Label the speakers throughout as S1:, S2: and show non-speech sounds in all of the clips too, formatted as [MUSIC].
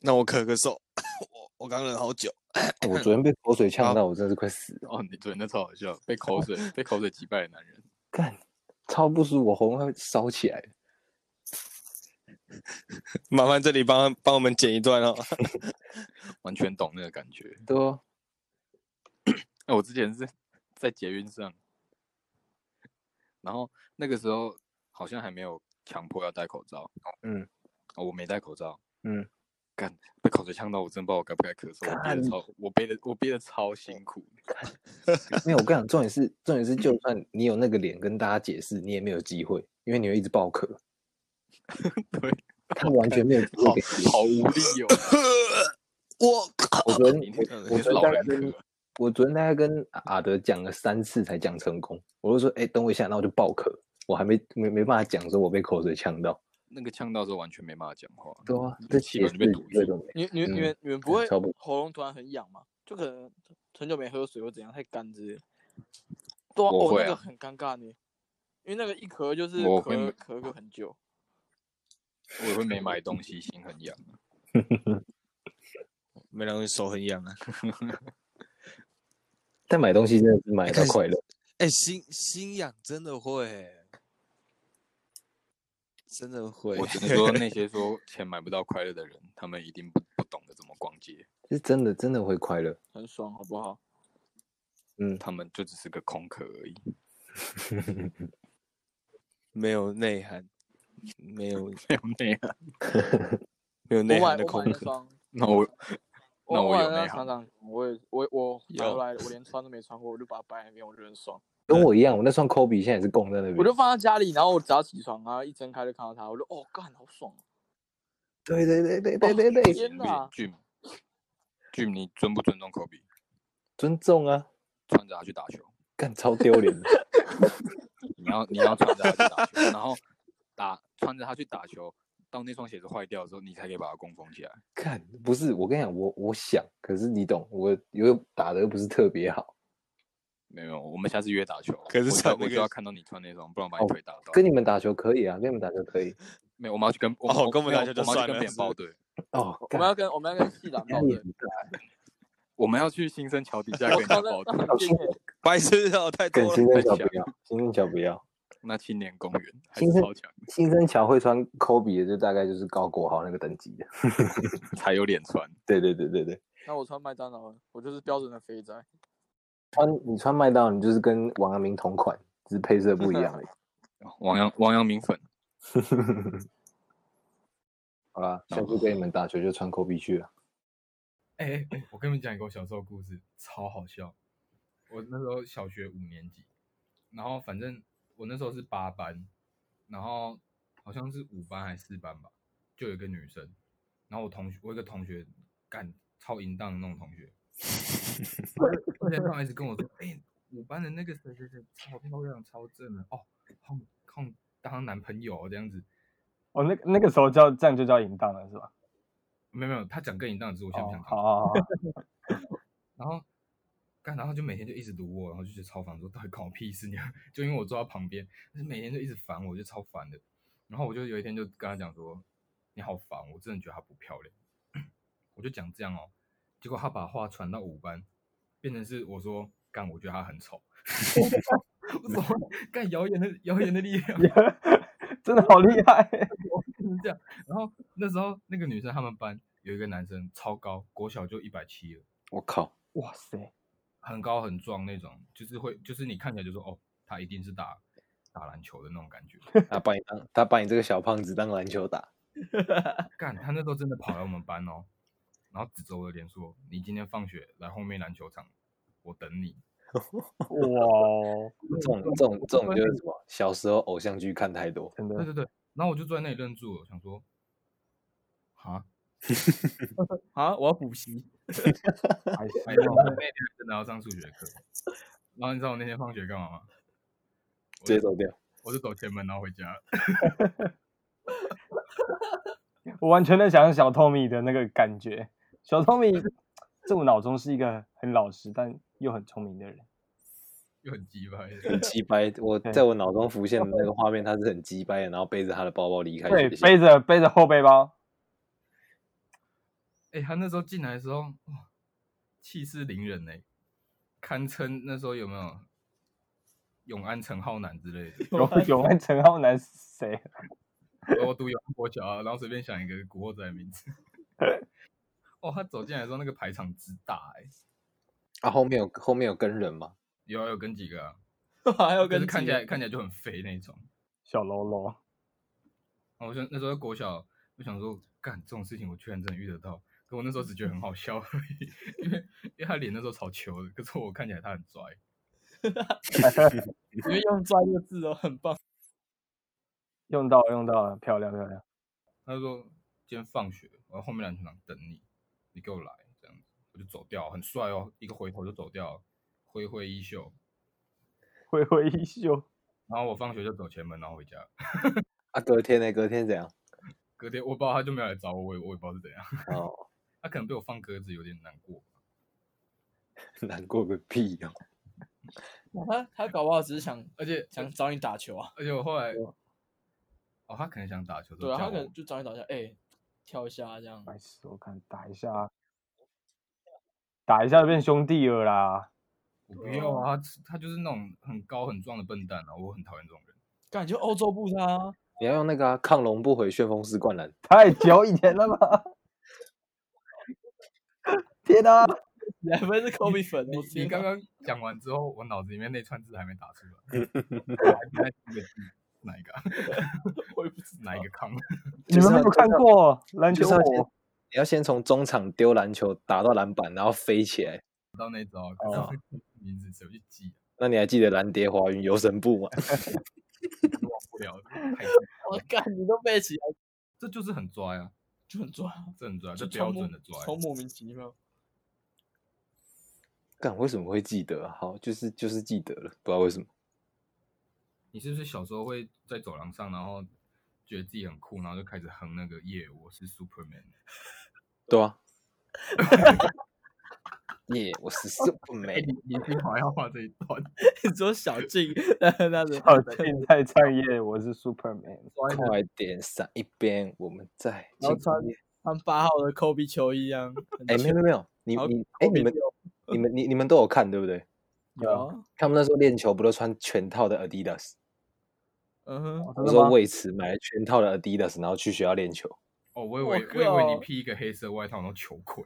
S1: 那我咳个嗽，我我刚忍好久。
S2: 哎我昨天被口水呛到，我真的是快死了，
S3: 哦，你昨天那超好笑，被
S2: 哦
S3: 口水被口水击败的男人，
S2: 干，超不舒服，我喉咙会烧起来。
S1: [LAUGHS] 麻烦这里帮帮我们剪一段哦。
S3: 完全懂那个感觉。
S2: 对啊，
S3: 哎，我之前是在捷运上，然后那个时候好像还没有强迫要戴口罩，
S2: 嗯
S3: 哦我没戴口罩，
S2: 嗯，
S3: 干被口水呛到，我真不知道我该不该咳嗽，我憋
S2: 干
S3: 的超，我憋的我憋的超辛苦，
S2: [LAUGHS] 没有，我跟你讲，重点是重点是，就算你有那个脸跟大家解释，你也没有机会，因为你会一直爆咳。
S3: 对，
S2: 他完全没有机
S3: 好
S2: 会给你。
S3: 好无力哦。
S1: 我靠！
S2: 我昨
S3: 你
S2: 天
S3: 那
S2: 我
S3: 个你
S2: 我
S3: 是
S2: 昨天
S3: 老
S2: 大概
S3: 人
S2: 跟
S3: 咳，
S2: 我昨天大概跟阿德讲了三次才讲成功，我就说，哎、等我一下，那我就爆咳，我还没没没办法讲，说我被口水呛到。
S3: 那个呛到之后完全没办法讲话，
S2: 对啊，这
S3: 气
S2: 解
S3: 管
S2: 释
S3: 就被堵
S2: 对
S3: 住。
S2: 没。
S4: 你你
S2: 嗯
S4: 你们你们不会
S2: 差不多
S4: 喉咙突然很痒吗？就可能很久没喝水或怎样太干之类的。对啊，
S3: 我
S4: 哦
S3: 会
S4: 那个
S3: 啊
S4: 很尴尬呢，因为那个一咳就是
S3: 我会
S4: 咳咳个很久。
S3: 我也会没买东西，心很痒。
S1: [LAUGHS] 没两个手很痒啊。
S2: 但买东西真的是买到快乐，
S1: 哎、心心痒真的会，真的会。
S3: 我只能
S5: [LAUGHS]
S3: 说，那些说钱买不到快乐的人，他们一定不不懂得怎么逛街，
S2: 是真的真的会快乐。
S4: 很爽，好不好？
S2: 嗯，
S3: 他们就只是个空壳而已。
S1: 没有内涵，没有
S3: 没有内涵，
S1: 没有内
S4: 我买
S1: 涵的
S4: 我
S1: 空
S4: 买那
S1: 壳。
S4: 双，
S3: 那我那
S4: 我
S3: 我
S4: 买
S3: 有
S4: 那
S3: 内涵。
S4: 双长裤，我也我我买
S1: 有
S4: 回来我连穿都没穿过，我就把它摆在那边，我就很爽。
S2: 跟我一样，我那双 Kobe 现在也是供在
S3: 嗯
S2: 那边。
S4: 我就放在家里，然后我只要起床啊，一睁开就看到它，我就哦，干，好爽哦！
S2: 对对对对对对啊对，
S4: 天哪，
S3: Jim Jim，你尊不尊重科比？
S2: 尊重啊，
S3: 穿着他去打球，
S2: 干超丢脸的。
S3: 你要你要穿着他去打球，然后打穿着他去打球，到那双鞋子坏掉的时候，你才可以把它供奉起来。
S2: 看，不是我跟你讲，我我想，可是你懂，我有打的又不是特别好，
S3: 没有，我们下次约打球。
S1: 可是
S3: 我就
S1: 穿那
S3: 我就
S1: 个
S3: 要看到你穿那双，不然我把
S2: 哦
S3: 你腿打到。
S2: 跟你们打球可以啊，跟你们打球可以。
S3: 没有，我们要去跟我
S1: 哦跟我们
S3: 没有
S1: 打球就
S3: 我们要
S1: 算
S3: 去跟
S1: 了
S3: 别人
S1: 是
S3: 报队。
S2: 哦，
S4: 我
S2: 干
S4: 们要跟我们要跟细长
S2: 压
S3: [LAUGHS]
S4: 报
S2: 力
S4: 队
S2: 很，大
S3: 我们要去新生桥底下
S4: 我
S3: 跟人家
S4: 靠，那
S3: 报
S4: 那
S2: 哦
S3: 队， [LAUGHS]
S4: 很敬业
S1: [LAUGHS] 白痴哦、太
S2: 跟
S1: 多了。
S2: 新生桥不
S4: 啊
S2: 要，新生桥不要。
S3: 那青年公园还
S2: 新
S3: 是
S2: 生
S3: 超强，
S2: 新生桥会穿 Kobe 的，就大概就是高国豪那个等级的。
S3: 才有脸穿。
S2: 对对对对对，
S4: 那我穿麦当劳，我就是标准的肥宅。
S2: 穿你穿麦当劳，你就是跟王阳明同款，只是配色不一样而已。
S3: 王阳王阳明粉，
S2: [LAUGHS] 好啦，下次跟你们打球就穿 Kobe 去了。
S5: 哎、欸欸我跟你们讲一个我小时候的故事，超好笑。我那时候小学五年级，然后反正我那时候是八班，然后好像是五班还是四班吧，就有一个女生，然后我同学，我有一个同学干超淫荡的那种同学，突然上一直跟我说，哎、五班的那个谁谁谁超漂亮、超正的哦，好好当男朋友、哦、这样子。
S6: 哦，那那个时候叫这样就叫淫荡了是吧？
S5: 没有没有，他讲更淫荡，只是我现在不
S6: 哦
S5: 想，讲。
S6: 好好好，
S5: 然后干，然后就每天就一直堵我，然后就觉得超烦，说到底关我屁事你啊！就因为我坐在旁边，就是每天就一直烦我，就超烦的。然后我就有一天就跟他讲说，你好烦，我真的觉得她不漂亮。 [CLEARS THROAT] 我就讲这样哦，结果他把话传到五班，变成是我说干，我觉得她很丑。 [LAUGHS] 我怎么干谣言的谣言的力量？
S6: [LAUGHS] 真的好厉
S5: [LAUGHS]
S6: 害，
S5: 就是这样。然后那时候那个女生他们班有一个男生超高，国小就一百七了。
S2: 我靠，
S6: 哇塞！
S5: 很高很壮那种，就是会，就是你看起来就说哦，他一定是打打篮球的那种感觉。
S2: 他把你当他把你这个小胖子当篮球打，
S5: 干，他那时候真的跑来我们班哦，然后指着我的脸说：“你今天放学来后面篮球场，我等你。
S6: 哇哦，
S2: 这种这种这种就是什么？小时候偶像剧看太多，
S6: 真”
S5: 对
S6: 的
S5: 对对，然后我就坐在那里愣住了，想说，啊，
S4: 啊，我要补习。
S6: 还
S5: 哎
S6: 行
S5: 呀我那天真的要上数学课。然后你知道我那天放学干嘛吗？
S2: 直接走掉。
S5: 我就走前门然后回家了。
S6: 我完全能想象小 Tommy 的那个感觉。小 Tommy 在我脑中是一个很老实但又很聪明的人。
S5: 又很鸡掰的，
S2: 很鸡掰。我
S6: 对
S2: 在我脑中浮现的那个画面，他是很鸡嗯掰的，然后背着他的包包离开
S6: 对
S2: 学，校。
S6: 背着背着后背包，。
S5: 哎、他那时候进来的时候，哇，气势凌人哎、堪称那时候有没有永安陈浩南之类的 [LAUGHS]
S6: 永永安陈浩南是谁？
S5: 我读永安国小啊，然后随便想一个古惑仔的名字。 [LAUGHS] 哦，他走进来的时候那个排场之大哎、
S2: 啊，后面有后面有跟人吗？
S5: 有啊有跟几个啊，
S4: [LAUGHS] 还要
S5: 可
S4: 跟
S5: 是看
S4: 几
S5: 起
S4: 个
S5: 来看起来就很肥那一种。
S6: 小喽啰，
S5: 然后我就那时候在国小，我想说，干这种事情我居然真的遇得到。可我那时候只觉得很好笑而已， [LAUGHS] 因为因为他脸那时候超球的，可是我看起来他很拽。
S4: 因为用“抓”这个字哦，很棒。
S6: 用到了用到了，漂亮漂亮。
S5: 他就说今天放学，我要后面篮球场等你，你给我来这样子，我就走掉，很帅哦，一个回头就走掉，挥挥衣袖，
S6: 挥挥衣袖，
S5: 然后我放学就走前门，然后回家。
S2: 啊，隔天呢？隔天怎 [LAUGHS] 样？
S5: 隔天我不知道他就没有来找我，我也我也不知道是怎样，
S2: 哦，
S5: 他可能被我放鸽子有点难过。
S2: 难过个屁哦！
S4: 他他搞不好只是想
S5: 而且
S4: 想找你打球啊，
S5: 而且我后来，哦，他可能想打球，
S4: 对啊，
S5: 叫
S4: 他可
S5: 我
S4: 能就找你打球，哎、跳一下这样。
S6: 白痴，我看打一下，打一下就变兄弟了啦。
S5: 我不要啊，他他就是那种很高很壮的笨蛋啊，我很讨厌这种人。
S4: 感觉欧洲步他啊、
S2: 你要用那个啊，抗龙不回旋风式灌篮，
S6: 太久以前了吧？ [LAUGHS] 天啊哪、
S4: 你还不会是科比粉？我
S5: 你
S4: 天啊
S5: 你刚
S4: 哪
S5: 刚讲完之后，我脑子里面那串字还没打出来，
S4: [LAUGHS]
S5: 我还不太记得是哪一个啊，
S4: 我也不知
S5: 哪一个康？
S6: 你们没有看过《篮
S2: 就
S6: 球
S2: 是要
S6: 火
S2: 先》？你要先从中场丢篮球打到篮板，然后飞起来。哦
S5: 到那一招，可是我名字谁去记啊？
S2: 那你还记得蓝蝶华云游神步吗？
S5: 忘不了，太
S4: 我干，你都背起来
S5: 这就是很抓呀，
S4: 就很抓，
S5: 这很抓，
S4: 就
S5: 啊这
S4: 超
S5: 标
S4: 莫
S5: 准的抓呀。
S4: 超莫名其 [LAUGHS] 妙。
S2: [LAUGHS] 干，为什么会记得啊？好，就是就是记得了，不知道为什么。
S5: 你是不是小时候会在走廊上，然后觉得自己很酷，然后就开始哼那个夜我是 Superman？
S2: 对啊。 [LAUGHS] 耶、我是
S4: 哎
S2: Superman。
S5: 哎你你好像要画这一段，
S4: 只有
S5: [LAUGHS]
S4: 小静那那
S6: [LAUGHS]
S4: 种
S6: 小
S4: [LAUGHS]
S6: 静在唱夜，我是 Superman。
S2: 快点闪一边，我们在
S4: 然后
S2: 进
S4: 穿
S2: 攻耶。
S4: 穿八号的科比球衣一样。很
S2: 哎、没有
S4: 糗
S2: 没有没有，你
S4: 好
S2: 你哎、
S4: 酷
S2: 你们你们你你们都有看对不对？
S4: 有啊，
S2: 他们那时候练球不都穿全套的 Adidas？
S4: 嗯哼，
S6: 哦真
S2: 我
S6: 的
S2: 说
S6: 吗？
S2: 为此买了全套的 Adidas，然后去学校练球。
S5: 哦，我以
S4: 我
S5: 为我以为
S4: 靠
S5: 你披一个黑色外套，然后球盔。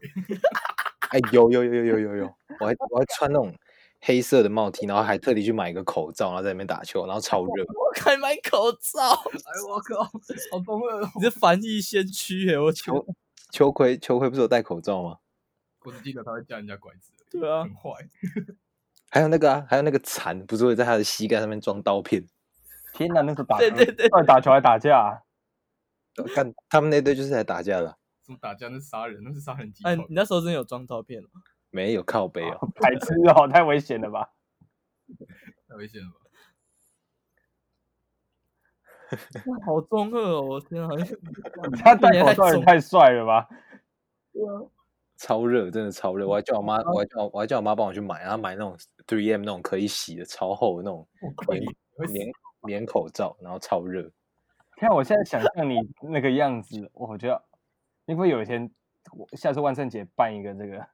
S2: 哎、有有有有有有有，我还我还穿那种黑色的帽 T，然后还特地去买一个口罩，然后在那边打球，然后超
S5: [LAUGHS]
S2: 热。
S4: 我还买口 [LAUGHS] 罩。哎，我靠，好崩溃！哦你是防疫先驱耶！我球
S2: 球球魁球魁不是有戴口罩吗？
S5: [LAUGHS] 我只记得他会叫人家拐子而已，
S4: 对
S5: [LAUGHS]
S4: 啊
S5: 很坏。
S2: 还有那个啊，还有那个蝉，不是会在他的膝盖上面装刀片？
S6: 天哪，那时候打
S4: 对
S6: 球
S4: 对对
S6: 到底打球还打架啊、 [LAUGHS]
S2: 呃干，他们那队就是来打架的啊，
S5: 什么打架那是杀人，那是杀人集
S4: 哎，
S5: 团。
S4: 你那时候真的有装照片哦？
S2: 没有靠背哦。
S6: 白痴哦，太危险了 [LAUGHS] 吧！
S5: 太危险了吧？
S4: 哇好中二哦！我天啊， [LAUGHS] 好像
S6: 他戴
S4: 也
S6: 口罩也
S4: 中
S6: 太帅了 [LAUGHS] 吧！
S2: 超热，真的超热！我还叫我妈，我还叫我还叫我妈帮我去买，然后买那种 3M 那种可以洗的超厚的那种
S5: 哎
S2: 棉
S5: 会死
S2: 棉棉口罩，然后超热。
S6: 看我现在想象你那个样 [LAUGHS] 子，我觉得，因为有一天，我下次万圣节办一个这个，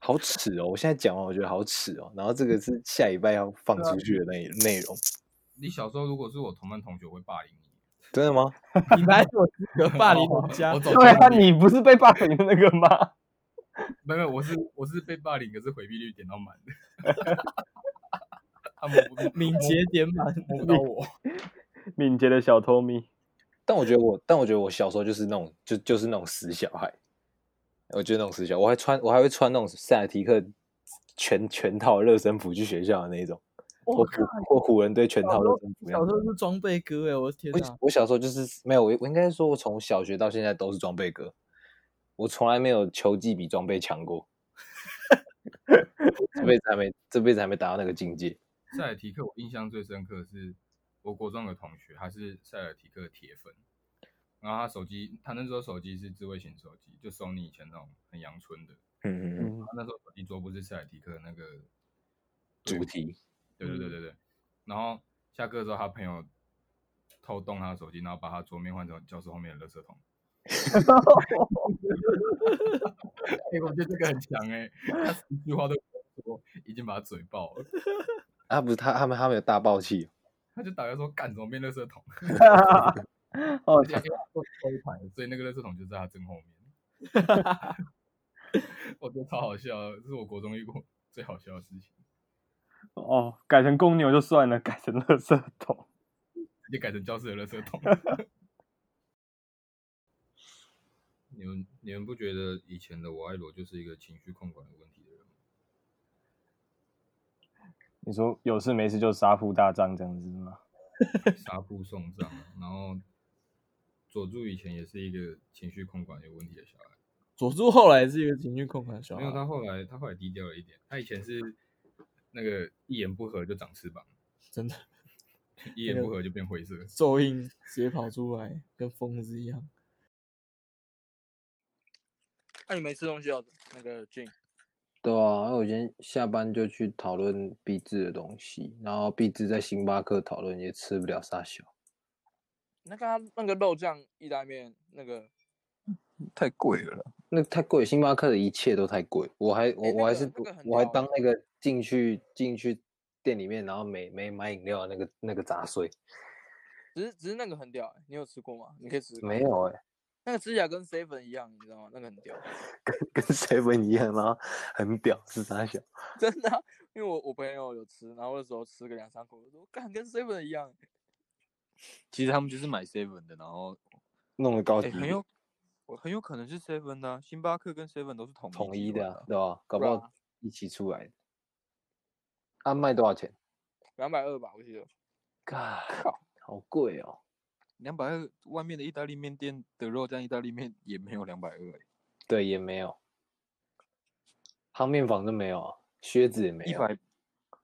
S2: 好耻哦！我现在讲完我觉得好耻哦。然后这个是下礼拜要放
S5: 啊
S2: 出去的内内容，
S5: 你小时候如果是我同班同学，我会霸凌你。
S2: 真的吗？
S4: 你哪有资格霸凌人家
S5: 我？走
S6: 对啊，
S5: 错路
S6: 你不是被霸凌的那个吗？ [LAUGHS]
S5: 没有，没有我是我是被霸凌，可是回避率点到满的。他们不
S4: 敏捷点满，
S5: 摸不到我，
S6: 敏捷的小偷 [LAUGHS] 咪，
S2: 但我觉得我，但我觉得我小时候就是那种，就就是那种死小孩。我觉得那种死小，我还穿我还会穿那种塞尔提克全全套热身服去学校的那一种，
S4: 我
S2: 或
S4: 靠！
S2: 湖或湖人队全
S4: 小
S2: 套
S4: 时
S2: 热
S4: 候
S2: 身 [LAUGHS] 服那
S4: 小
S2: 样
S4: 时。候是装备哥哎，我的天
S2: 我
S4: 哪！
S2: 我小时候就是没有，我我应该说，我从小学到现在都是装备哥，我从来没有球技比装备强过。 [LAUGHS] 这辈子还没这辈子还没达到那个境界。
S5: 塞尔提克，我印象最深刻的是我国中有个同学，他是塞尔提克的铁粉。然后他手机，他那时候手机是智慧型手机，就 Sony 以前那种很阳春的。
S2: 嗯嗯嗯，
S6: 嗯，
S5: 他那时候手机桌布是塞尔提克的那个
S2: 主题
S5: 对对对对对。然后下课的时候，他朋友偷动他的手机，然后把他桌面换成教室后面的垃圾桶。
S7: [LAUGHS] 哎、我觉得这个很强哎、他十句话都不说，已经把他嘴爆了。
S2: 啊，不是他他们他们有大爆气，哦
S7: 他就打算说干什么变垃圾桶，
S6: 哦
S7: 而，且因为他坐一排，所以那个垃圾桶就在他正后面。我觉得超好笑的，这是我国中遇过最好笑的事情，
S6: 哦，改成公牛就算了，改成垃圾桶。
S7: 直接改成教室的垃圾桶。
S8: [LAUGHS]
S7: 你们你们不觉得以前的我爱罗就是一个情绪控管有问题的人吗？
S6: 你说有事没事就杀父大张这样子吗？
S8: [LAUGHS]
S7: 杀父送葬啊，然后佐助以前也是一个情绪控管有问题的小孩，
S8: 佐助后来是一个情绪控管小
S7: 没有
S8: 孩，
S7: 他后来他后来低调了一点，他以前是那个一言不合就长翅膀，
S8: [LAUGHS] 真的，
S7: 一言不合就变灰色。
S8: 咒印直接跑出来，跟疯子一样。那、你没吃东西哦，那个俊，
S2: 对啊，我今天下班就去讨论币制的东西，然后币制在星巴克讨论也吃不了啥小，
S8: 那个啊他那个肉酱意大利面那个，
S9: 太贵了啦。
S2: 那太贵，星巴克的一切都太贵，我还我、
S8: 诶那
S2: 我还
S8: 个
S2: 是、
S8: 那个很
S2: 我还
S8: 屌
S2: 当那个进去进去店里面，然后没没买饮料的那个那个杂碎
S8: 只是只是那个很屌、欸，你有吃过吗？你可以吃。
S2: 没有哎、
S8: 那个吃起来跟 C 粉一样，你知道吗？那个很屌，
S2: [LAUGHS]
S8: [LAUGHS]
S2: 跟跟 seven 一样，然后很屌是啥
S8: [LAUGHS]
S2: 小？
S8: 真的啊、因为我我朋友有吃，然后那时候吃个两三口，我说干跟 C 粉一样，欸 [LAUGHS]
S5: 其实他们就是买 seven 的，然后
S2: 弄得高级
S5: 哎、
S2: 一
S5: 很
S2: 点
S5: 有我很有可能是 seven 的啊、星巴克跟 seven 都是统
S2: 统
S5: 一
S2: 一
S5: 集团
S2: 的、啊，对吧、搞不
S8: 对啊
S2: 好一起出来的。啊，卖多少钱？
S8: 两百二吧，我记得。
S2: 嘎，好贵哦！
S5: 两百二，外面的意大利面店的肉酱意大利面也没有两百二，欸
S2: 对，也没有，汤面房都没有啊，靴子也没
S5: 一
S2: 有，
S5: 百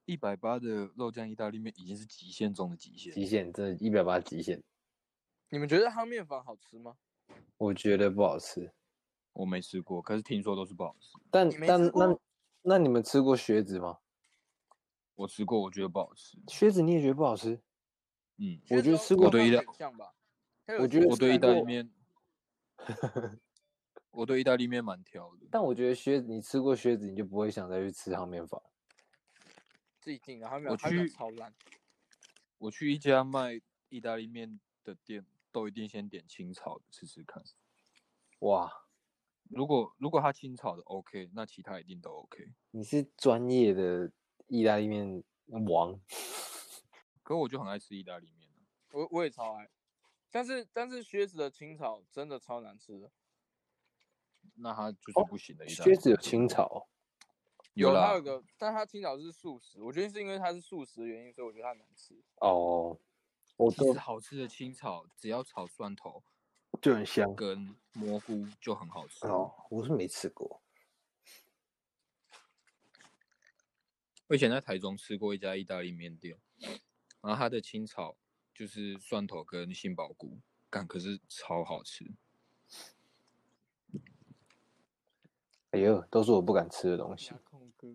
S5: 一百八的肉酱意大利面已经是极限中的极限。
S2: 极限真的，一百八极限，
S8: 你们觉得汤面房好吃吗？
S2: 我觉得不好吃。
S5: 我没吃过，可是听说都是不好吃。
S2: 但
S8: 你没
S2: 但
S8: 吃
S2: 那
S8: 过
S2: 那你们吃过靴子吗？
S5: 我吃过，我觉得不好吃。
S2: 靴子你也觉得不好吃？
S5: 嗯，
S2: 我觉得吃
S5: 过
S8: 我
S5: 对意大
S8: 像吧，它有
S2: 我觉
S8: 些
S2: 得
S8: 是
S5: 我对意大
S8: 过
S5: 利面，我对意大利面蛮挑的。
S2: 但我觉得靴子你吃过靴子，你就不会想再去吃汤面房。
S8: 自己订的，还没有，
S5: 我
S8: 还没有
S5: 去
S8: 超烂。
S5: 我去一家卖意大利面的店，都一定先点清炒的试试看。
S2: 哇，
S5: 如果如果它清炒的 OK，那其他一定都 OK。
S2: 你是专业的意大利面王，
S5: 可我就很爱吃意大利面、啊、
S8: 我我也超爱，但是但是靴子的清炒真的超难吃的，
S5: 那它就是
S2: 哦
S5: 不行的意大利
S2: 靴
S5: 面。
S2: 子有清炒，
S5: 有
S8: 它
S5: 啦
S8: 有，个，但它清炒是素食，我觉得是因为它是素食的原因，所以我觉得它难吃。
S2: 哦，我
S5: 其
S2: 都
S5: 实好吃的清炒，只要炒蒜头
S2: 就很香
S5: 跟蘑菇就很好吃。
S2: 哦，我是没吃过。
S5: 我以前在台中吃过一家意大利面店，然后它的清炒就是蒜头跟杏鲍菇，干可是超好吃。
S2: 哎呦，都是我不敢吃的东西
S8: 牙，控哥，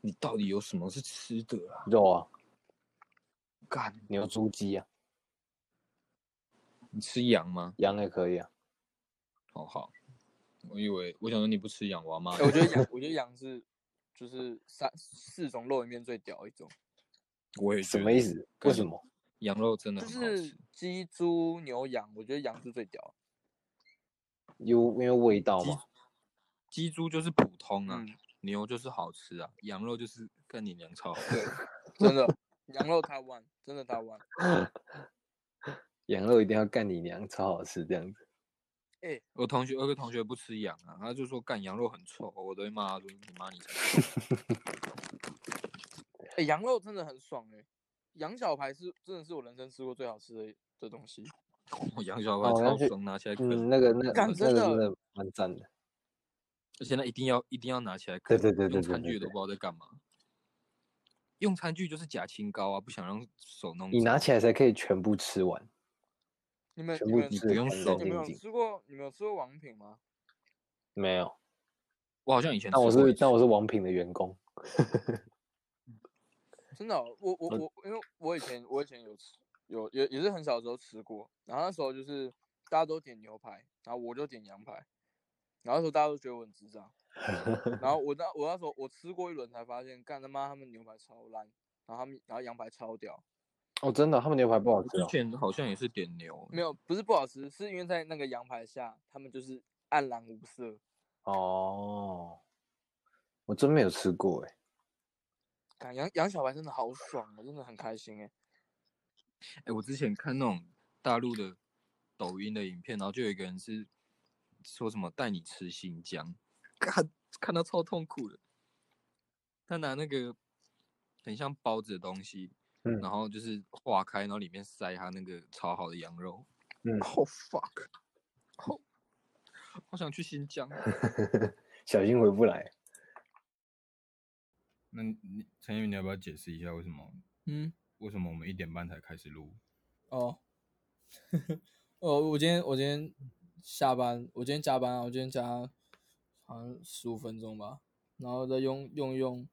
S5: 你到底有什么是吃的啊？
S2: 肉啊，
S5: 干，
S2: 牛猪鸡啊，
S5: 你吃羊吗？
S2: 羊也可以啊。
S5: 好好，我以为我想说你不吃羊，我妈
S8: 哎、。我觉得羊，我觉得羊是就是三四种肉里面最屌一种，
S5: 我也
S2: 什
S5: 觉
S2: 么
S5: 得
S2: 意思？
S5: 可
S2: 为
S5: 是
S2: 什么？
S5: 羊肉真的
S8: 就
S5: 很好
S8: 是
S5: 吃。
S8: 鸡、猪、牛、羊，我觉得羊是最屌。
S2: 因为因为味道嘛。
S5: 鸡猪就是普通啊，
S8: 嗯，
S5: 牛就是好吃啊，羊肉就是干你娘超好吃。
S8: 对，真的，羊肉台湾，真的台湾。
S2: 羊肉一定要干你娘，超好吃这样子。
S5: 我同学有个同学不吃羊啊，他就说干羊肉很臭，我都会骂他说你妈你才臭。
S8: 哎、羊肉真的很爽哎、羊小排是真的是我人生吃过最好吃的的东西。
S5: [LAUGHS] 我羊小
S2: 哦
S5: 排
S2: 我要
S5: 超
S2: 去
S5: 爽，拿起来啃，
S2: 嗯，那个那个
S8: 干
S2: 那个
S8: 真
S2: 真
S8: 的
S2: 的蛮赞的。
S5: 而且那一定要一定要拿起来
S2: 对
S5: 啃，
S2: 对对对
S5: 用
S2: 对
S5: 餐
S2: 对
S5: 具都
S2: 对
S5: 不知道在干嘛。用餐具就是假清高啊，不想让手弄。
S2: 你拿起来才可以全部吃完，
S8: 你们
S2: 全
S8: 你
S2: 部
S8: 们
S2: 吃
S5: 不
S2: 得
S5: 用
S2: 干
S5: 手
S2: 干
S8: 你
S2: 净
S8: 们有
S2: 净。
S8: 吃过你们有吃过王品吗？
S2: 没有，
S5: 我好像以前吃
S2: 但我
S5: 过一
S2: 是
S5: 次，
S2: 但我是王品的员工。
S8: 真的哦、我我我，因为我以前我以前有吃有也也是很小的时候吃过，然后那时候就是大家都点牛排，
S4: 然后我就点羊排，然后那时候大家都觉得我很智障，然后我那我那时候我吃过一轮才发现，干他妈他们牛排超烂，然后他们然后羊排超屌，
S2: 哦，真的，他们牛排不好
S3: 我
S2: 吃
S3: 之
S2: 哦。
S3: 前好像也是点牛，
S4: 没有不是不好吃，是因为在那个羊排下他们就是黯然无色，
S2: 哦，我真没有吃过哎。
S4: 感羊羊小排真的好爽，我真的很开心哎、
S3: 哎、我之前看那种大陆的抖音的影片，然后就有一个人是说什么带你吃新疆， [LAUGHS] 看看到超痛苦的。他拿那个很像包子的东西，
S2: 嗯
S3: 然后就是化开，然后里面塞他那个炒好的羊肉。
S2: 嗯
S3: ，Oh fuck，好、好想去新
S2: [LAUGHS]
S3: 疆。
S2: 小心回不来。
S5: 那你陈宇，你要不要解释一下为什么
S8: 嗯，
S5: 为什么我们一点半才开始录？
S8: 哦，哦，我今天我今天下班，我今天加班啊，我今天加好像十五分钟吧，然后再用用用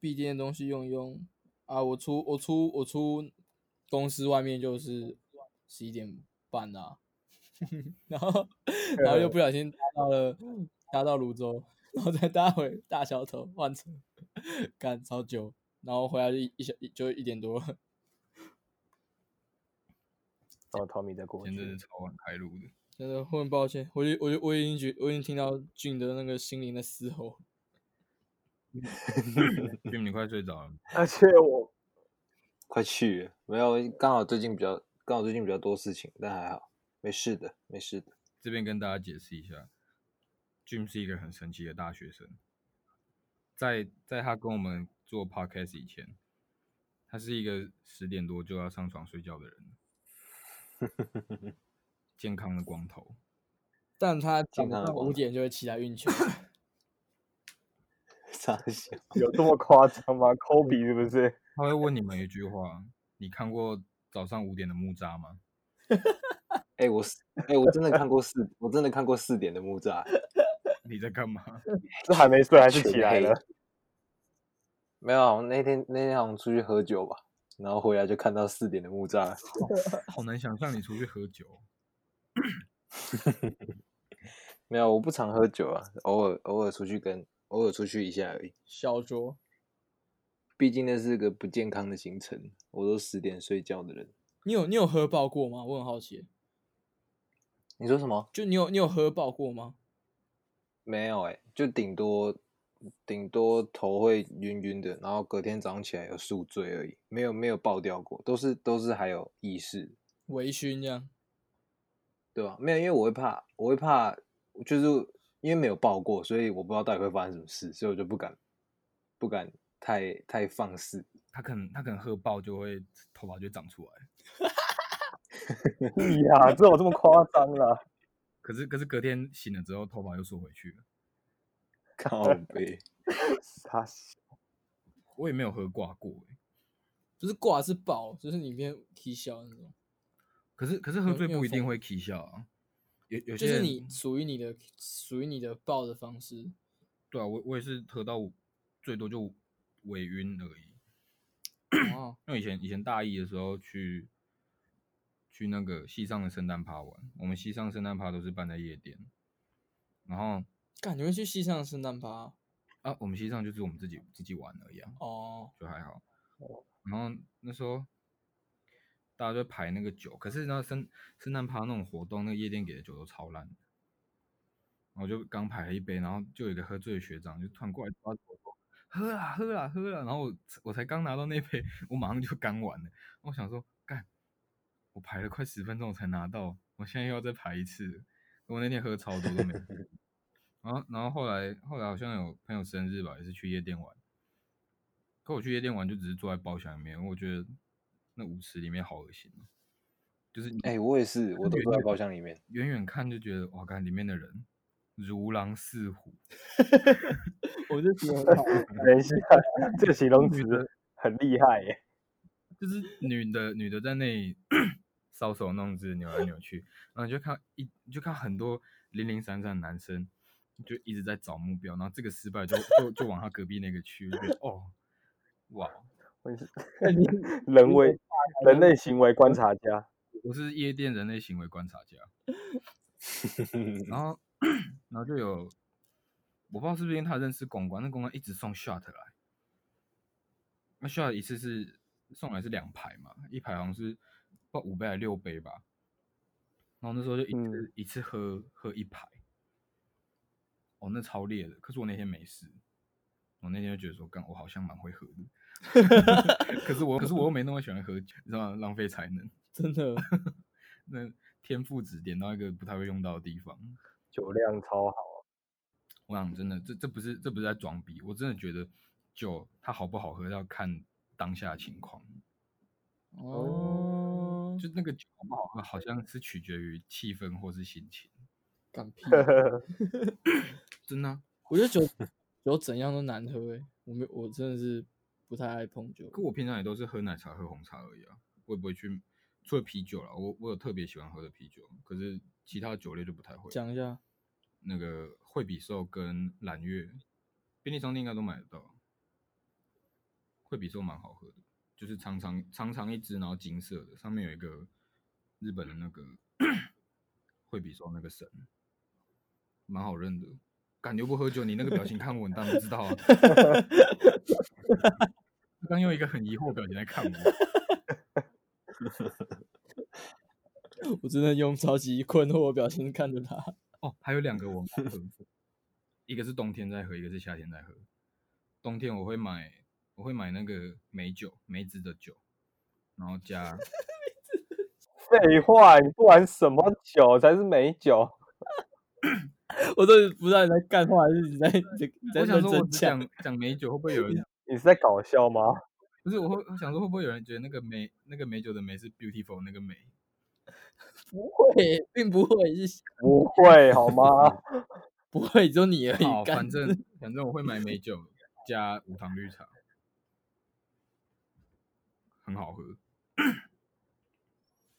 S8: 闭店的东西用用啊，我出我出我出公司外面就是十一点半啦、 [LAUGHS] 然后然后又不小心搭到了搭到泸州，然后再搭回大小头换车， [LAUGHS] 干超久，然后回来就一一小就一点多了。
S6: 然后 Tommy 在过
S5: 今天真
S6: 去
S5: 是，超晚开录的， [LAUGHS]
S8: 真的，我很抱歉，我就我就我已经觉，我已经听到俊的那个心灵的嘶吼。
S5: 因为你快睡着了。
S6: 而且我
S2: 快去了，没有，刚好最近比较，刚好最近比较多事情，但还好，没事的，没事的。
S5: 这边跟大家解释一下，Jim 是一个很神奇的大学生，在在他跟我们做 podcast 以前，他是一个十点多就要上床睡觉的人，健康的光头。
S8: 但他
S2: 健
S8: 讲
S2: 康的
S8: 到
S2: 光
S8: 五
S2: 头
S8: 点就会起来
S5: [LAUGHS]
S8: 运球，
S2: 傻笑，
S6: 有这么夸张吗？科比是不是？
S5: 他会问你们一句话：你看过早上五点的木渣吗？ [LAUGHS]
S2: 哎、我四，哎、我真的看过四，我真的看过四点的木栅，
S5: 你在干嘛？
S6: 是还没 [LAUGHS] 睡还是
S2: 全
S6: 起来
S2: 黑 [LAUGHS]
S6: 了？
S2: 没有，啊那天那天好像出去喝酒吧，然后回来就看到四点的木栅了，
S5: 好难想象你出去喝酒。
S2: 没有，我不常喝酒啊，偶尔偶尔出去跟偶尔出去一下而已，
S8: 小酌。
S2: 毕竟那是个不健康的行程，我都十点睡觉的人。
S8: 你有你有喝爆过吗？我很好奇，
S2: 你说什么？
S8: 就你有你有喝爆过吗？
S2: 没有哎、就顶多顶多头会晕晕的，然后隔天早上起来有宿醉而已，没有没有爆掉过，都是都是还有意识，
S8: 微醺这样，
S2: 对吧？没有，因为我会怕，我会怕，就是因为没有爆过，所以我不知道到底会发生什么事，所以我就不敢不敢太太放肆。
S5: 他可能他可能喝爆就会头发就长出来，
S6: 哎呀，这有这么夸张啦？
S5: 可是可是隔天醒了之后头发又缩回去了。
S2: [LAUGHS] 靠背，
S6: 傻笑
S5: 我也没有喝挂过、欸，
S8: 不是挂是爆，就是里面踢笑那种，
S5: 可是可是喝
S8: 有
S5: 醉
S8: 没有
S5: 不一定
S8: 疯
S5: 会起笑啊，有有些
S8: 就是
S5: 人
S8: 你属于你的属于你的爆的方式。
S5: 对啊，我我也是喝到最多就尾晕而已。
S8: 哦，
S5: 因为以前以前大一的时候去去那个西上的圣诞趴玩，我们西上圣诞趴都是办在夜店，然后
S8: 感觉去西上的圣诞趴啊
S5: 啊，我们西上就是我们自己自己玩而已啊，
S8: 哦， [LAUGHS]
S5: 就还好。然后那时候大家就排那个酒，可是那圣圣诞趴那种活动，那个夜店给的酒都超烂的。然后就刚排了一杯，然后就有一个喝醉的学长就突然过来抓着我说：“喝啦，喝啦，喝啦！”然后我我才刚拿到那杯，我马上就干完了。我想说，干，我排了快十分钟我才拿到，我现在又要再排一次了。我那天喝超多都没喝。然后，然后后来后来好像有朋友生日吧，也是去夜店玩，可我去夜店玩就只是坐在包厢里面，我觉得那舞池里面好恶心哦，就是你
S2: 哎、我也是，我都
S5: 远
S2: 坐在
S5: 远
S2: 包厢里面。
S5: 远远看就觉得哇，看里面的人如狼似虎，
S8: 我就觉得很好
S6: 等一下，这个形容词很厉害耶！
S5: 就是女的女的在那里 [COUGHS] 搔首弄姿，扭来扭去，然后你就看一你就看很多零零散散的男生就一直在找目标，然后这个失败就就就往他隔壁那个去，就觉得哦，哇，
S6: 我是人为人类行为观察家，
S5: 我是夜店人类行为观察家。然后然后就有我不知道是不是因为他认识公关，那公关一直送 shot 来，那 shot 一次是送来是两排嘛，一排好像是不知道五杯还是六杯吧，然后那时候就一次、
S6: 嗯
S5: 一次喝喝一排，哦，那超烈的，可是我那天没事。我那天就觉得说，干，我好像蛮会喝的， [LAUGHS] 可是我，可是我又没那么喜欢喝酒，你知道吗？浪费才能。
S8: 真的
S5: 那天赋只点到一个不太会用到的地方。
S6: 酒量超好，
S5: 我想真的，这这不是这不是在装逼，我真的觉得酒它好不好喝要看当下的情况，
S8: 哦，
S5: 就那个酒好不好喝好像是取决于气氛或是心情， [LAUGHS]
S8: 干屁！
S5: 真的啊、
S8: 我觉得酒酒怎样都难喝诶、我没我真的是不太爱碰酒。
S5: 可我平常也都是喝奶茶、喝红茶而已啊，我也不会去除了啤酒啦，我我有特别喜欢喝的啤酒，可是其他酒类就不太会。
S8: 讲一下，
S5: 那个惠比寿跟蓝月，便利商店应该都买得到。惠比寿蛮好喝的，就是长长长长一支，然后金色的，上面有一个日本的那个惠比寿那个神，蛮好认的。感觉不喝酒，你那个表情看我，你当然不知道啊。他刚用一个很疑惑的表情来看我，
S8: 我真的用超级困惑的表情看着他。
S5: 哦，还有两个我
S8: [LAUGHS]
S5: 没喝，一个是冬天在喝，一个是夏天在喝。冬天我会买，我会买那个梅酒，梅子的酒，然后
S8: [LAUGHS]
S5: 加
S6: 废话，你不玩什么酒才是美酒？
S8: 我到底不知道你在干话，还是你在你在你在
S5: 我想
S8: 认
S5: 说，我
S8: 真
S5: 只
S8: 讲？
S5: 讲讲梅酒会不会有人？
S8: [LAUGHS]
S6: 你是在搞笑吗？
S5: 不是，我会我想说会不会有人觉得那个梅那个梅酒的梅是 beautiful 那个梅？
S8: [LAUGHS] 不会，并不会，是
S6: 不会好吗？
S8: 不会，只有你而
S5: 好，
S8: 已。干
S5: 反正反正我会买梅酒加无糖绿茶，很好喝。 [COUGHS]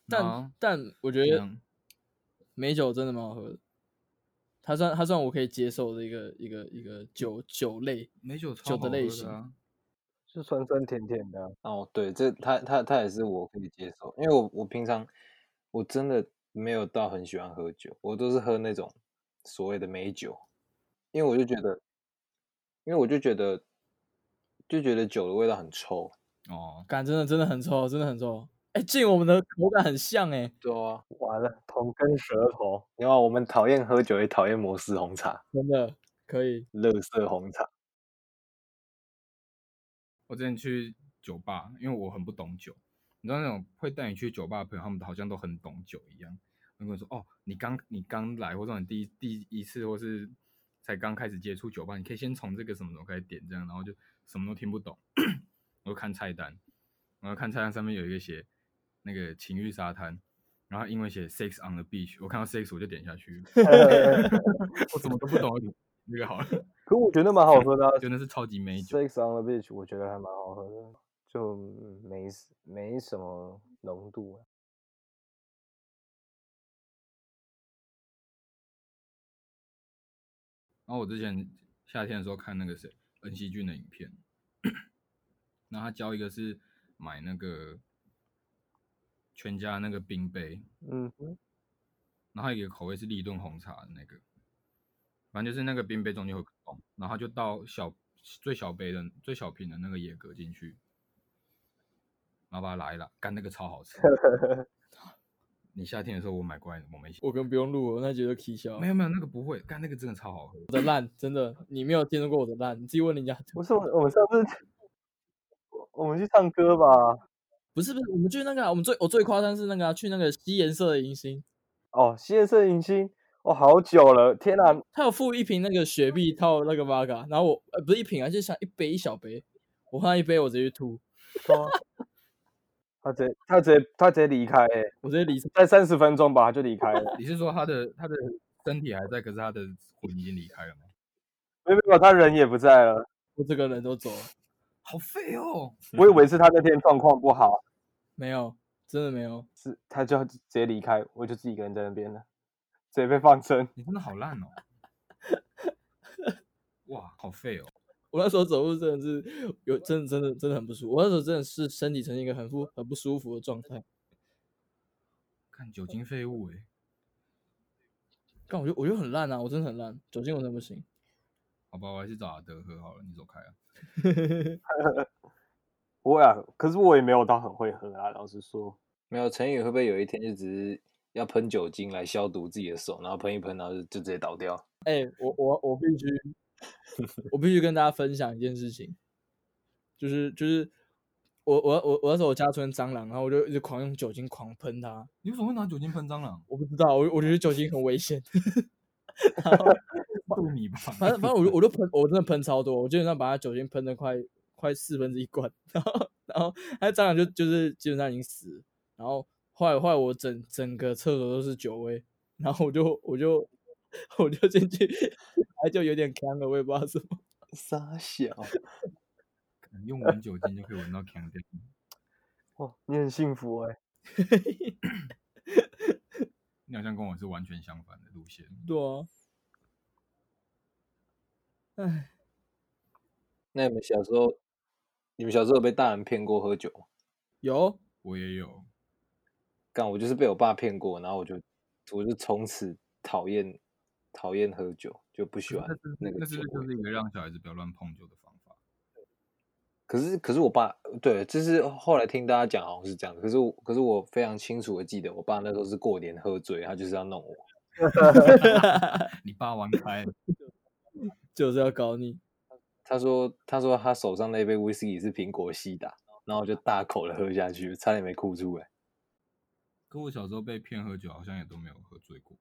S8: 但
S5: 好
S8: 但我觉
S5: 怎
S8: 得
S5: 样
S8: 美酒真的蛮好喝的，它算它算我可以接受的一个一个一个酒酒类。
S5: 梅酒
S8: 酒
S5: 超
S8: 的
S5: 好喝
S8: 类
S5: 的
S8: 型
S5: 啊！
S6: 是酸酸甜甜的，
S2: 哦，对，这他他他也是我可以接受，因为我我平常我真的没有到很喜欢喝酒，我都是喝那种所谓的美酒，因为我就觉得，因为我就觉得就觉得酒的味道很臭。
S5: 哦，
S8: 感真的真的很臭，真的很臭。哎、进我们的口感很像哎、
S2: 对啊，
S6: 完了，同根舌头。
S2: 因为啊我们讨厌喝酒，也讨厌摩斯红茶、
S8: 真的可以。
S2: 乐色红茶。
S5: 我之前去酒吧，因为我很不懂酒，你知道那种会带你去酒吧的朋友，他们好像都很懂酒一样。他跟我说：“哦，你刚你刚来，或者你第一第一次，或是才刚开始接触酒吧，你可以先从这个什么什么开始点，这样，然后就什么都听不懂。 [CLEARS THROAT] 我就看菜单，然后看菜单上面有一个写那个情欲沙滩，然后英文写 sex on the beach，我看到 sex 我就点下去了 [LAUGHS] 我什么都不懂，我点这个好了， [LAUGHS]
S6: 可我觉得蛮好喝的、啊。
S5: 真的是超级美酒。
S6: Six on the Beach，我觉得还蛮好喝的，就嗯没什没什么浓度、啊。
S5: 然后我之前夏天的时候看那个谁恩熙俊的影片，然后他教一个是买那个全家那个冰杯，
S6: 嗯哼，
S5: 然后还有一个口味是立顿红茶的那个，反正就是那个冰杯中间有个洞，然后他就倒小最小杯的最小瓶的那个野格进去，然后把它拉一拉，干那个超好吃。你夏天的时候我买过来，我们一起。
S8: 我跟不用录了，那绝对 K 笑。
S5: 没有没有，那个不会，干那个真的超好喝。。
S8: 我的烂，真的，你没有见识过我的烂，你自己问人家。 [LAUGHS]
S6: 不是我我们上次我我们去唱歌吧？
S8: 不是不是，我们去那个啊、我们最我最夸张是那个啊、去那个西颜色的迎新，
S6: 哦，西夜色迎新，哦，好久了，天哪、
S8: 他有附一瓶那个雪碧套那个 v 嘎，然后我呃不是一瓶啊，就是像一杯一小杯，我喝到一杯我直接吐，
S6: 说他直接他直接他直接离开、欸，
S8: 我直接离场。
S6: 在三十分钟吧他就离开了
S5: 你是说他的他的身体还在，可是他的魂已经离开了吗？
S6: 没有没有，他人也不在了。
S8: 我这个人都走了，
S5: 好废哦！
S6: 我以为是他那天状况不好，
S8: 没有，真的没有。
S6: 是他就直接离开，我就自己一个人在那边了，直接被放生。
S5: 你真的好烂 [LAUGHS] 哦！哇，好废哦！
S8: 我那时候走路真的是有真的真的真的很不舒服，我那时候真的是身体呈现一个很不很不舒服的状态。
S5: 欸看酒精废物哎，
S8: 但我觉得我觉得很烂啊，我真的很烂，酒精我真的不行。
S5: 好吧，我还是找阿德喝好了，你走开啊。
S6: 我呀，可是我也没有到很会喝啊，老实说，
S2: 没有陈宇会不会有一天就只是要喷酒精来消毒自己的手，然后喷一喷，然后就就直接倒掉？
S8: 哎、我我我必须，我必须跟大家分享一件事情，就是就是我我我我那时候我家出现蟑螂，然后我就一直狂用酒精狂喷它，
S5: 你为什么会拿酒精喷蟑螂？
S8: 我不知道，我我觉得酒精很危险， [LAUGHS]
S5: 逗你吧。
S8: 反正反正我就我就喷，我真的喷超多，我基本上把它酒精喷的快快四分之一罐， [LAUGHS] 然后然后那蟑螂就就是基本上已经死了，然后后来后来我整整个厕所都是酒味，然后我就我就 [LAUGHS] 我就进去，还就有点干了，我也不知道为什么。
S2: 傻小，
S5: 用闻酒精就可以闻到强调。
S6: 哇，哦你很幸福哎、
S5: 你好像跟我是完全相反的路线。
S8: 对啊，唉，
S2: 那你们小时候，你们小时候有被大人骗过喝酒吗？
S5: [LAUGHS]
S8: 有
S5: 我也有，
S2: 干，我就是被我爸骗过，然后我就我就从此讨厌讨厌喝酒，就不喜欢
S5: 那是
S2: 那个
S5: 那
S2: 酒
S5: 是不是就
S2: 味。
S5: 是一个让小孩子不要乱碰酒的方法？
S2: 可是可是我爸对，就是后来听大家讲好像是这样的，可是我可是我非常清楚的记得，我爸那时候是过年喝醉，他就是要弄我。
S5: 你爸玩开， [LAUGHS]
S8: 就是要搞你，
S2: 他说他说他手上那杯威士忌是苹果西打，然后我就大口的喝下去，差点没哭出来。
S5: 可我小时候被骗喝酒，好像也都没有喝醉过，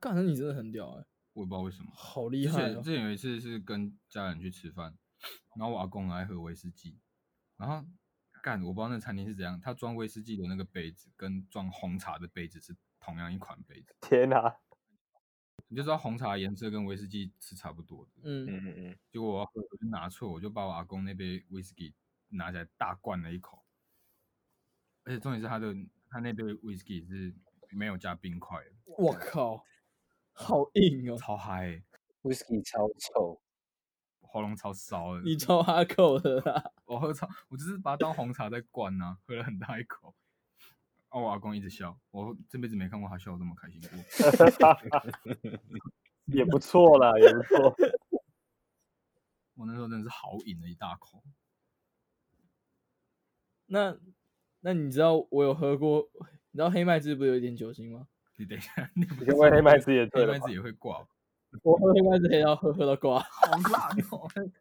S8: 干，那你真的很屌哎、
S5: 我也不知道为什么。
S8: 好厉
S5: 之
S8: 害
S5: 前
S8: 哦、
S5: 之前有一次是跟家人去吃饭，然后我阿公很爱喝威士忌，然后干我不知道那餐厅是怎样，他装威士忌的那个杯子跟装红茶的杯子是同样一款杯子，
S6: 天哪、
S5: 你就知道红茶颜色跟威士忌是差不多的。
S8: 嗯，
S2: 嗯嗯嗯，
S5: 结果我要喝我就拿错，我就把我阿公那杯威士忌拿起来大灌了一口，而且重点是他的他那杯威士忌是没有加冰块的，
S8: 我靠，好硬哦、
S5: 超嗨欸、
S2: 威士忌超臭，
S5: 喉咙超烧的。
S8: 你超哈扣的啦，
S5: 我喝超，我就是把它当红茶在灌呐、喝了很大一口。哦，我阿公一直笑，我这辈子没看过他笑得这么开心过。 [LAUGHS]
S6: 也不错啦，也不错。
S5: 我那时候真的是豪饮了一大口，
S8: 那那你知道我有喝过，你知道黑麦汁不是有一点酒精吗？
S5: 你等一下， [LAUGHS] 你不
S6: 你
S5: 是
S6: 跟黑麦
S5: 也
S6: 子也
S5: 黑
S6: 对了
S5: 麦
S6: 吧
S5: 子？也会挂吧，[LAUGHS]
S8: 我喝黑麦汁黑到喝喝到挂，
S5: 好辣哦！ [LAUGHS] 嗯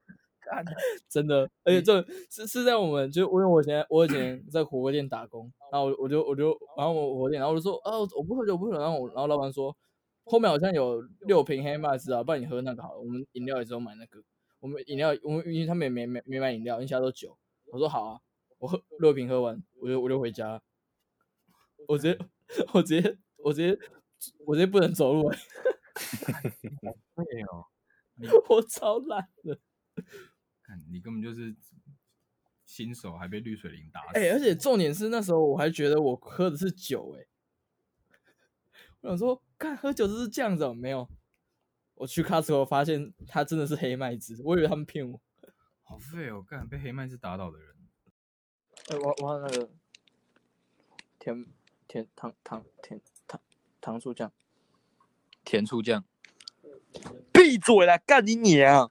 S8: 真的，而且这是是在我们就因为我以前我以前在火锅店打工，然后我我就我就然后我火锅店，然后我就说哦我不喝酒我不喝酒，然后我然后老板说后面好像有六瓶黑麦汁啊，不然你喝那个好了，我们饮料也只有买那个，我们饮料我们因为他们也没没没买饮料，因为其他都酒，我说好啊，我喝六瓶喝完我就我就回家，我直接 [LAUGHS] 我直接我直接我直接不能走路、欸， [LAUGHS]
S5: 对哦，
S8: 我超懒的，
S5: 看你根本就是新手，还被绿水灵打死。
S8: 哎、而且重点是那时候我还觉得我喝的是酒、欸，我想说，看喝酒就是这样子、哦，没有。我去 Costco 发现它真的是黑麦汁，我以为他们骗我。
S5: 好废哦，干被黑麦子打倒的人，
S4: 哎、我我那个甜甜糖糖甜糖糖醋酱，
S3: 甜醋酱，
S4: 闭嘴啦，干你娘！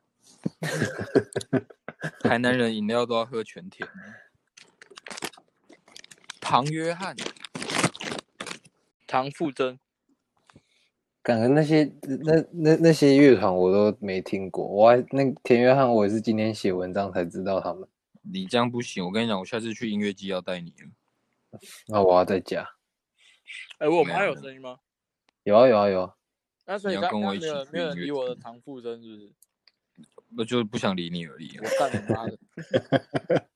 S3: [LAUGHS] 台南人饮料都要喝全甜的。唐约翰，
S4: 唐馥甄，
S2: 感觉那些那那那些乐团我都没听过，我还那田约翰我也是今天写文章才知道他们，
S3: 你这样不行，我跟你讲，我下次去音乐季要带你。
S2: 那我要在家。
S4: 哎、我
S3: 没
S4: 们还
S3: 有
S4: 有声音吗？
S2: 有啊有啊有啊，
S4: 那所
S3: 你
S4: 以
S3: 要
S4: 刚
S3: 跟
S4: 刚
S3: 我一
S4: 没有
S3: 起
S4: 人
S3: 去
S4: 没有人
S3: 音乐
S4: 理我
S3: 节
S4: 的唐馥甄是不是？
S3: 我就不想理你而已。啊
S4: 我干你妈的！